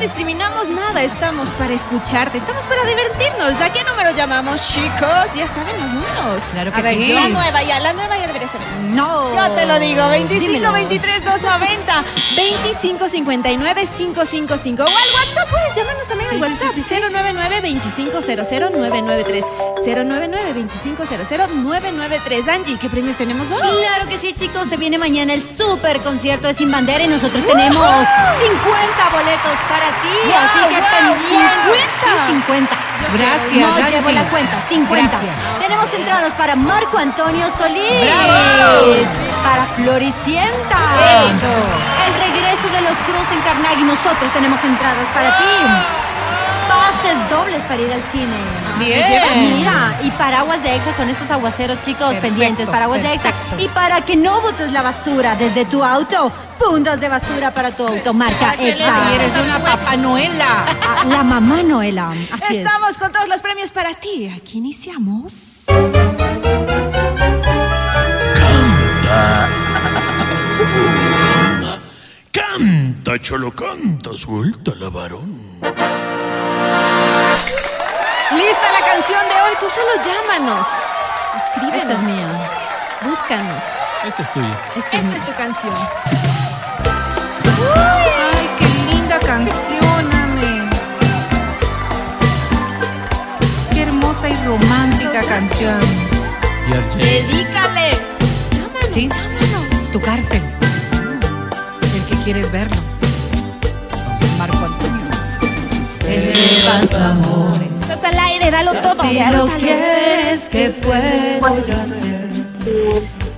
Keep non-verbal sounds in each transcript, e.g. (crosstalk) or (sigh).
discriminamos nada, estamos para escucharte, estamos para divertirnos. ¿A qué número llamamos, chicos? Ya saben los números. Claro A que ver, sí. la nueva ya, la nueva ya debería saber. No. Yo te lo digo, 25, Dímelo. 23, 290, 25, 59, 555. O al WhatsApp, puedes llamarnos también al Sí, sí, WhatsApp. sí, sí, sí. 099 2500 993 099 2500 993 Angie, ¿qué premios tenemos hoy? Claro que sí, chicos. Se viene mañana el super concierto de Sin Bandera y nosotros tenemos 50 boletos para ti. Wow, así que wow, pendiente. 50. Sí, 50. Gracias, No Angie. llevo la cuenta. 50. Gracias. Tenemos entradas para Marco Antonio Solís. Para Floricienta. El regreso de los Cruz en Carnaghi. Nosotros tenemos entradas para ti. Pases dobles para ir al cine. Bien. Llevas, mira, y paraguas de exa con estos aguaceros, chicos, Perfecto, pendientes, paraguas de perfecto. exa. Y para que no botes la basura desde tu auto, fundas de basura para tu auto, marca Y eres exa. una Papá Noela. Ah, La mamá Noela, así es. Estamos con todos los premios para ti. Aquí iniciamos. Canta, cholo, canta, suelta la varón. Lista la canción de hoy. Tú solo llámanos. Escríbenos. Esta es mía. Búscanos. Este Esta es tuya. Esta es Esta mía. es tu canción. Ay, qué linda canción, Ame. Qué hermosa y romántica canción. Dedícale. Llámanos, Sí. llámanos. Tu cárcel. El que quieres verlo. Marco Antonio. Elevas amores. Estás al aire, dalo todo. Si dalo lo todo. quieres, ¿qué puedo yo hacer?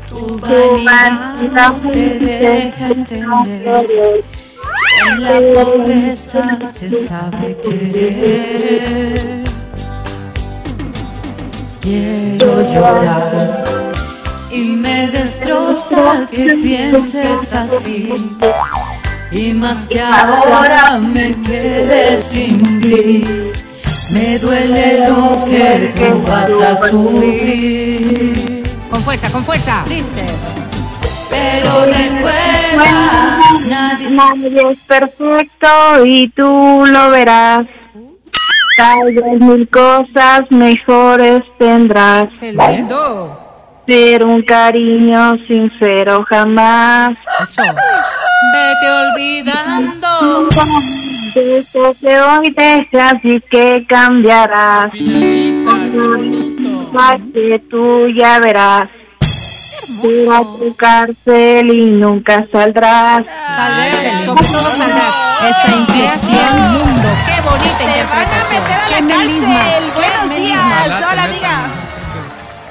Tu vanidad no te deja entender. En la pobreza se sabe querer. Quiero llorar y me destroza que pienses así. Y más que ahora me quedé sin ti. Me duele lo que tú vas a sufrir. Con fuerza, con fuerza. Dice. Pero recuerda, nadie Nadie es perfecto y tú lo verás. Tal vez mil cosas mejores tendrás. Qué lindo. Ser un cariño sincero jamás. Eso. Vete olvidando. Desde que hoy dejas y que cambiarás. Más que tú ya verás. Irá a tu cárcel y nunca saldrás. Tal vez somos todos saldrá. Esta el infección. mundo. Qué bonita Te van a interpretación. meter a la Qué melisma, cárcel. qué Buenos melisma. días. Hola, amiga.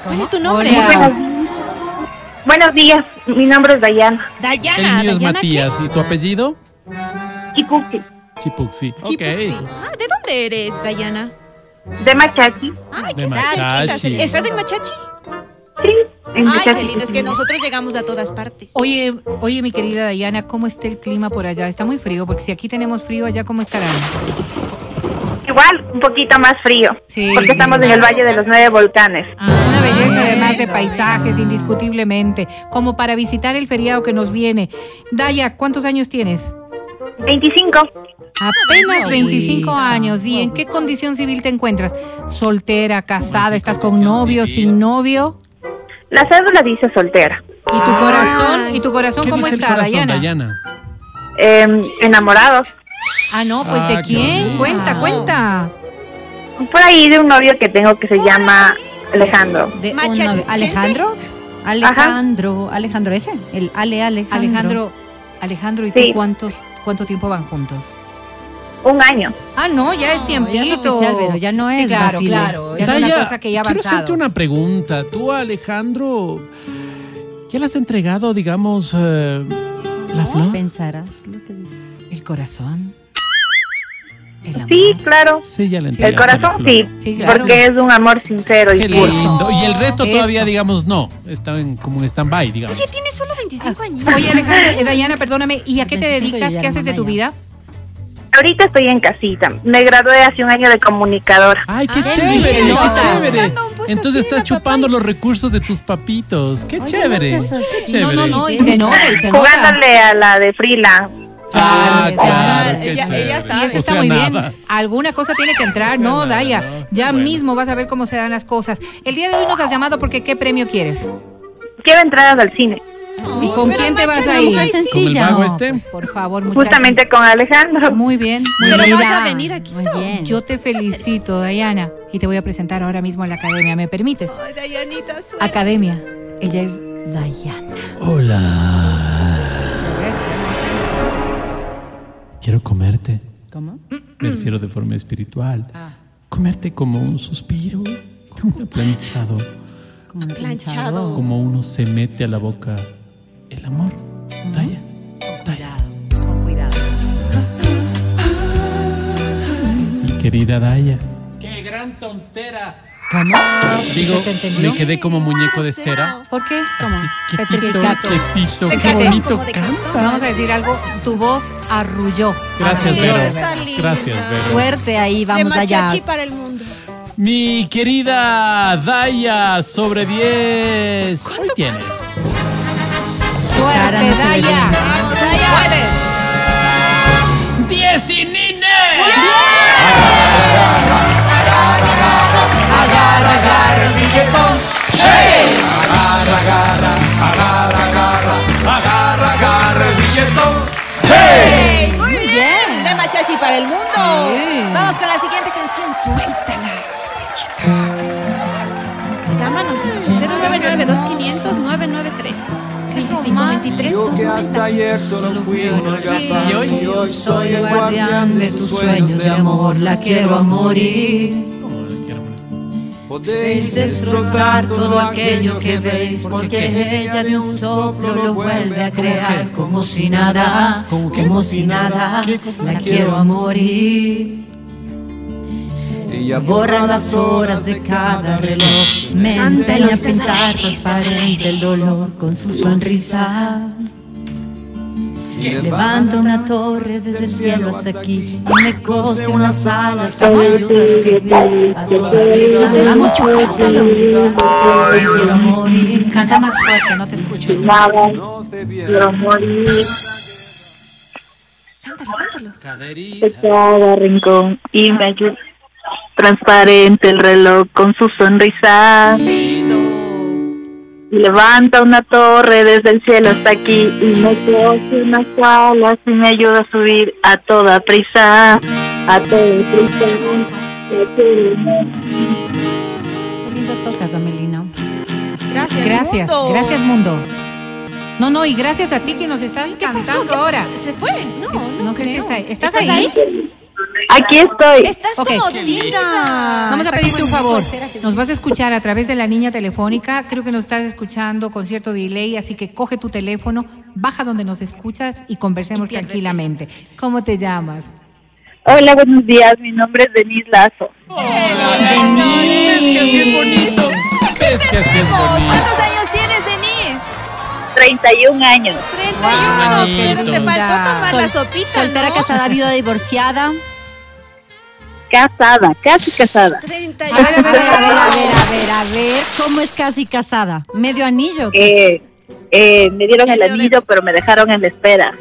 ¿Cuál es tu nombre? Hola. Buenos días, mi nombre es Dayana. Dayana. El mío es Dayana, ¿qué? Matías. ¿Y tu apellido? Chipuqui, Chipuxi. Ok. Chipuxi. Ah, ¿De dónde eres, Dayana? de Machachi. Ay, De qué tranquila. Machachi. ¿Estás en Machachi? Sí, en Ay, qué Machachi. lindo. Es que nosotros llegamos a todas partes. Oye, oye, mi querida Dayana, ¿cómo está el clima por allá? Está muy frío, porque si aquí tenemos frío, allá cómo estará. Igual, un poquito más frío. Sí, porque sí, Ah. estamos sí. en el Valle de los Nueve Volcanes. Una belleza además de paisajes, indiscutiblemente, como para visitar el feriado que nos viene. Daya, ¿cuántos años tienes? 25. Apenas 25 años. ¿Y en qué condición civil te encuentras? ¿Soltera, casada, estás con novio, sin novio? La cédula dice soltera. ¿Y tu corazón? ¿Y tu corazón ¿Qué cómo dice el está, corazón, Dayana? Dayana? Eh, enamorados. Ah, no, pues Ah, ¿de qué bonito. quién? Cuenta, cuenta. Por ahí de un novio que tengo que se llama Alejandro. De un Macha- novio. Alejandro. Alejandro. Alejandro ese. El Ale Alejandro. Alejandro, Alejandro, ¿y tú Sí. cuántos, cuánto tiempo van juntos? Un año. Ah, no, ya es tiempito. ya es oficial, pero ya no Sí, es claro, vacile. claro. Ya es Daya, una cosa que ya ha quiero hacerte avanzado. una pregunta. Tú, Alejandro, ¿ya le has entregado, digamos, eh, la flor? Pensarás lo que dices. El corazón. El amor. Sí, claro. Sí, ya le El entregaste la corazón flor. sí. Sí, claro. Porque es un amor sincero Qué y puro. lindo. Y el resto Eso. todavía, digamos, no. Está en, como en stand-by, digamos. Oye, tienes solo 25 años. (laughs) Oye, Alejandra, eh, Dayana, perdóname, ¿y a qué te Al principio dedicas? yo ya ¿Qué era haces de mamá tu ya. vida? Ahorita estoy en casita. Me gradué hace un año de comunicadora. Ay, qué Ah, chévere, mira, qué estás chévere. buscando un puesto Entonces aquí, estás la papá. chupando los recursos de tus papitos. Qué Oye, chévere. no seas así. Qué chévere. pues, No, no, no, y se nota, y se nota. Jugándole a la de Frila. Claro, Ah, claro, qué Ella- chévere. ella Y sabe. eso O está sea, muy nada. bien. Alguna cosa tiene que O entrar, sea, ¿no, nada, Daya? ¿no? Ya Bueno. mismo vas a ver cómo se dan las cosas. El día de hoy nos has llamado porque ¿qué premio quieres? Quiero entradas al cine, ¿Y con pero quién te vas macho, a no, ir? mujer ¿Con el No, mago este? pues, por favor, muchacha. justamente con Alejandro. Muy bien. muy Pero bien. vas a venir aquí. Muy ¿no? bien. Yo te felicito, Dayana, y te voy a presentar ahora mismo en la academia. ¿Me permites? Ay, Dayanita, suena. Academia. Ella es Dayana. Quiero comerte. ¿Cómo? Me refiero de forma espiritual. Comerte como un suspiro, como un planchado, Como un Planchado. como uno se mete a la boca el amor. Daya, Daya. Con cuidado. Mi querida Daya. ¡Qué gran tontera! ¿Cómo? ¿Sí Digo, se te entendió? me quedé como muñeco de cera. ¿Por qué? ¿Cómo? Así, quietito, Petrificato. quietito. Qué Petrificado, bonito como de canta. cartón. Vamos a decir algo. Tu voz arrulló. Gracias, Arrulló. Vero. Eso está lindo. Gracias, Vero. Suerte ahí, De vamos allá. machachi para el mundo. Mi querida Daya, sobre 10. Hoy tienes. Cara no Suerte, se le Daya. ve. Vamos, Daya. 10 y Nine. Muy bien. De machachi para el mundo. Vamos con la siguiente canción, suéltala. Llámanos 099 2500 993 2523 Yo que hasta ayer solo fui un holgazán Y hoy- y hoy soy el Guardián de tus sueños de amor, la quiero a morir. Podéis Destrozar todo aquello que veis, porque ella de un soplo lo vuelve a crear como si nada, como si nada. La quiero a morir. Ella Borra las horas de cada reloj, me enseña a pintar transparente el dolor con su sonrisa. y Levanta una torre desde el cielo hasta aquí y me cose unas alas que me ayudan a vivir a toda prisa. Vamos, cántalo. Te quiero morir. Canta más fuerte, no te escucho. Vamos, No te vieron. quiero morir Caderita. de cada rincón y me ayuda. Transparente el reloj con su sonrisa. Levanta una torre desde el cielo hasta aquí y me coge unas alas y me ayuda a subir a toda prisa. A toda prisa. Qué lindo tocas, Amelina. Gracias. Gracias, mundo. gracias mundo. No, no, y gracias a ti que nos estás ¿Qué pasó? cantando ¿Qué pasó? ahora. Se fue. No, no, No sé si creo. está ¿Estás, ahí? Aquí estoy. Estás Ok. como Tina. Vamos a Ah, Está pedirte como un en favor. soltera que- Nos vas a escuchar a través de la niña telefónica. Creo que nos estás escuchando con cierto delay, así que coge tu teléfono, baja donde nos escuchas y conversemos tranquilamente. ¿Cómo te llamas? Hola, buenos días. Mi nombre es Denise Lazo. Es que así es bonito. Es que así es bonito. ¿Cuántos años tienes, Denise? 31 años. 31. pero te bonito. faltó tomar la Sol- sopita, Soltera, ¿no? casada, viuda, divorciada. Casada, casi casada. 31. A ver, a ver, a ver, a ver, a ver, a ver. ¿Cómo es casi casada? ¿Medio anillo? Eh, eh, me dieron el anillo, pero me dejaron en la espera.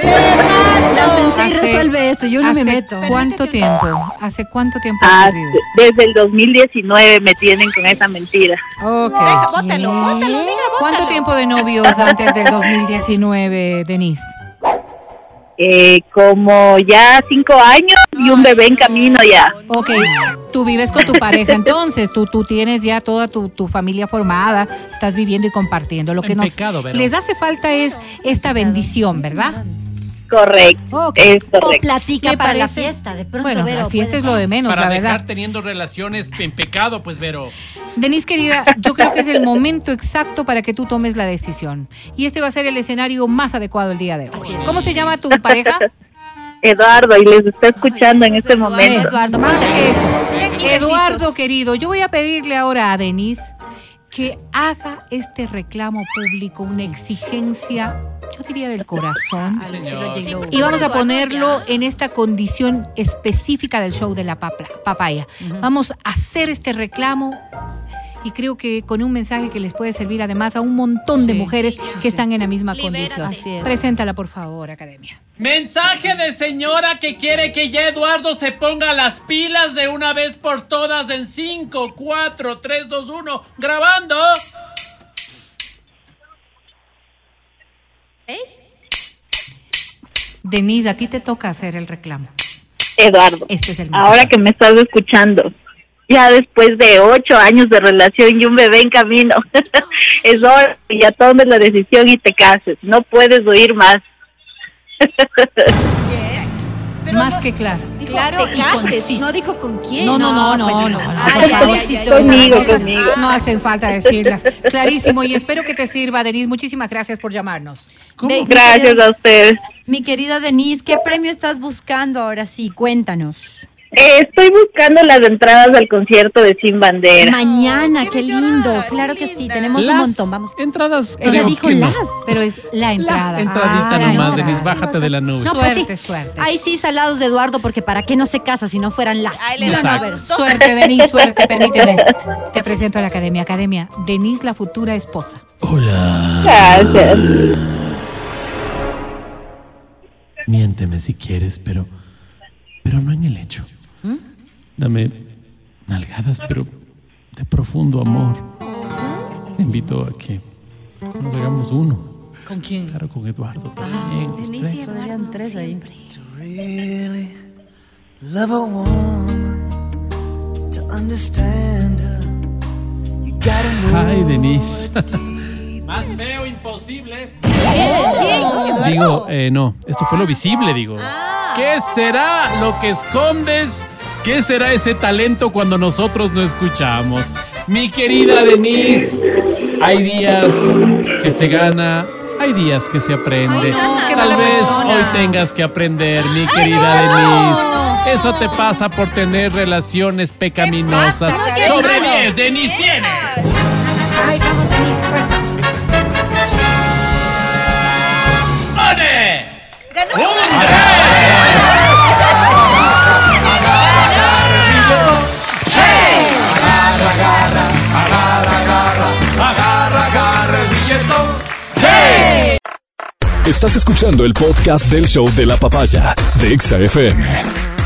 La sensei Hace- resuelve esto, yo no me ¿Hace meto. ¿Cuánto tiempo? ¿Hace cuánto tiempo Ah, ocurrido? desde el 2019 me tienen con esa mentira. Ok. Deja, bótalo, Bien. bótalo, diga, bótalo. ¿Cuánto tiempo de novios antes del 2019, Denise? Eh, como ya cinco años y un bebé en camino ya. Ok, tú vives con tu pareja entonces, tú, tú tienes ya toda tu, tu familia formada, estás viviendo y compartiendo. Lo que En nos pecado, Vero. les hace falta es esta bendición, ¿verdad? Correcto. Ok. Es O correcto. platica Me para la parece- fiesta, de pronto, Bueno, Vero, la fiesta puedes- es lo de menos, Para la dejar verdad. teniendo relaciones en pecado, pues, Vero. Denise, querida, yo creo que es el momento exacto para que tú tomes la decisión. Y este va a ser el escenario más adecuado el día de hoy. ¿Cómo se llama tu pareja? Eduardo, y les está escuchando en este (laughs) Bueno, momento. Eduardo, Más que eso. indecisos. Eduardo, querido, yo voy a pedirle ahora a Denise que haga este reclamo público, una exigencia, yo diría del Ah, corazón. Y vamos a ponerlo en esta condición específica del show de la papla- papaya. Vamos a hacer este reclamo y y creo que con un mensaje que les puede servir además a un montón de mujeres que están en la misma condición. Así es. Preséntala, por favor, Academia. Mensaje de señora que quiere que ya Eduardo se ponga las pilas de una vez por todas en 5, 4, 3, 2, 1. Grabando. Denise, a ti te toca hacer el reclamo. Eduardo, Este es el mensaje. ahora que me estás escuchando, ya después de ocho años de relación y un bebé en camino, (laughs) es hora que ya tomes la decisión y te cases. No puedes huir más. Más que claro. Dijo, Claro, te y cases. consiste. No dijo con quién. No, no, no, no, no. no, Ay, por ay, favor. ay, ay, Esas conmigo, cosas conmigo. No hacen falta (laughs) decirlas. Clarísimo, y espero que te sirva, Denise. Muchísimas gracias por llamarnos. Ve- Gracias a ustedes. Mi querida Denise, ¿qué premio estás buscando ahora sí? Cuéntanos. Eh, estoy buscando las entradas al concierto de Sin Bandera. Mañana, quiero qué llorar, lindo. qué claro que sí, linda. tenemos Las un montón. Vamos. Entradas. Ella creo dijo que no. las. Pero es la entrada. La entradita Ah, la nomás, entrada. Denise, bájate de la nube. No, Suerte, pues sí. suerte. Ahí sí, salados de Eduardo, porque ¿para qué no se casa si no fueran las? Ahí le No, dan no, a a ver, los dos. Suerte, Denise, suerte, permíteme. Te presento a la academia. Academia, Denise, la futura esposa. Hola. Gracias. Miénteme si quieres, pero. Pero no en el hecho. ¿Mm? Dame nalgadas, pero de profundo amor. Te invito a que nos hagamos uno. ¿Con quién? Claro, con Eduardo Ah, también. los tres. Podrían tres ahí. really love a woman to understand her. You gotta know Ay, Denise. (laughs) Más feo imposible. Digo, eh, no, esto fue lo visible, digo. Ah. ¿Qué será lo que escondes? ¿Qué será ese talento cuando nosotros no escuchamos? Mi querida Denise, hay días que se gana, hay días que se aprende. no, qué Tal mala vez persona. hoy tengas que aprender, mi querida Denise. Eso te pasa por tener relaciones pecaminosas. qué Sobre malo? 10, Denise tiene. Ay, vamos, Denise, pues. fuerza. ¡One! Ganó. ¡Un Estás escuchando el podcast del show de la papaya de Exa FM.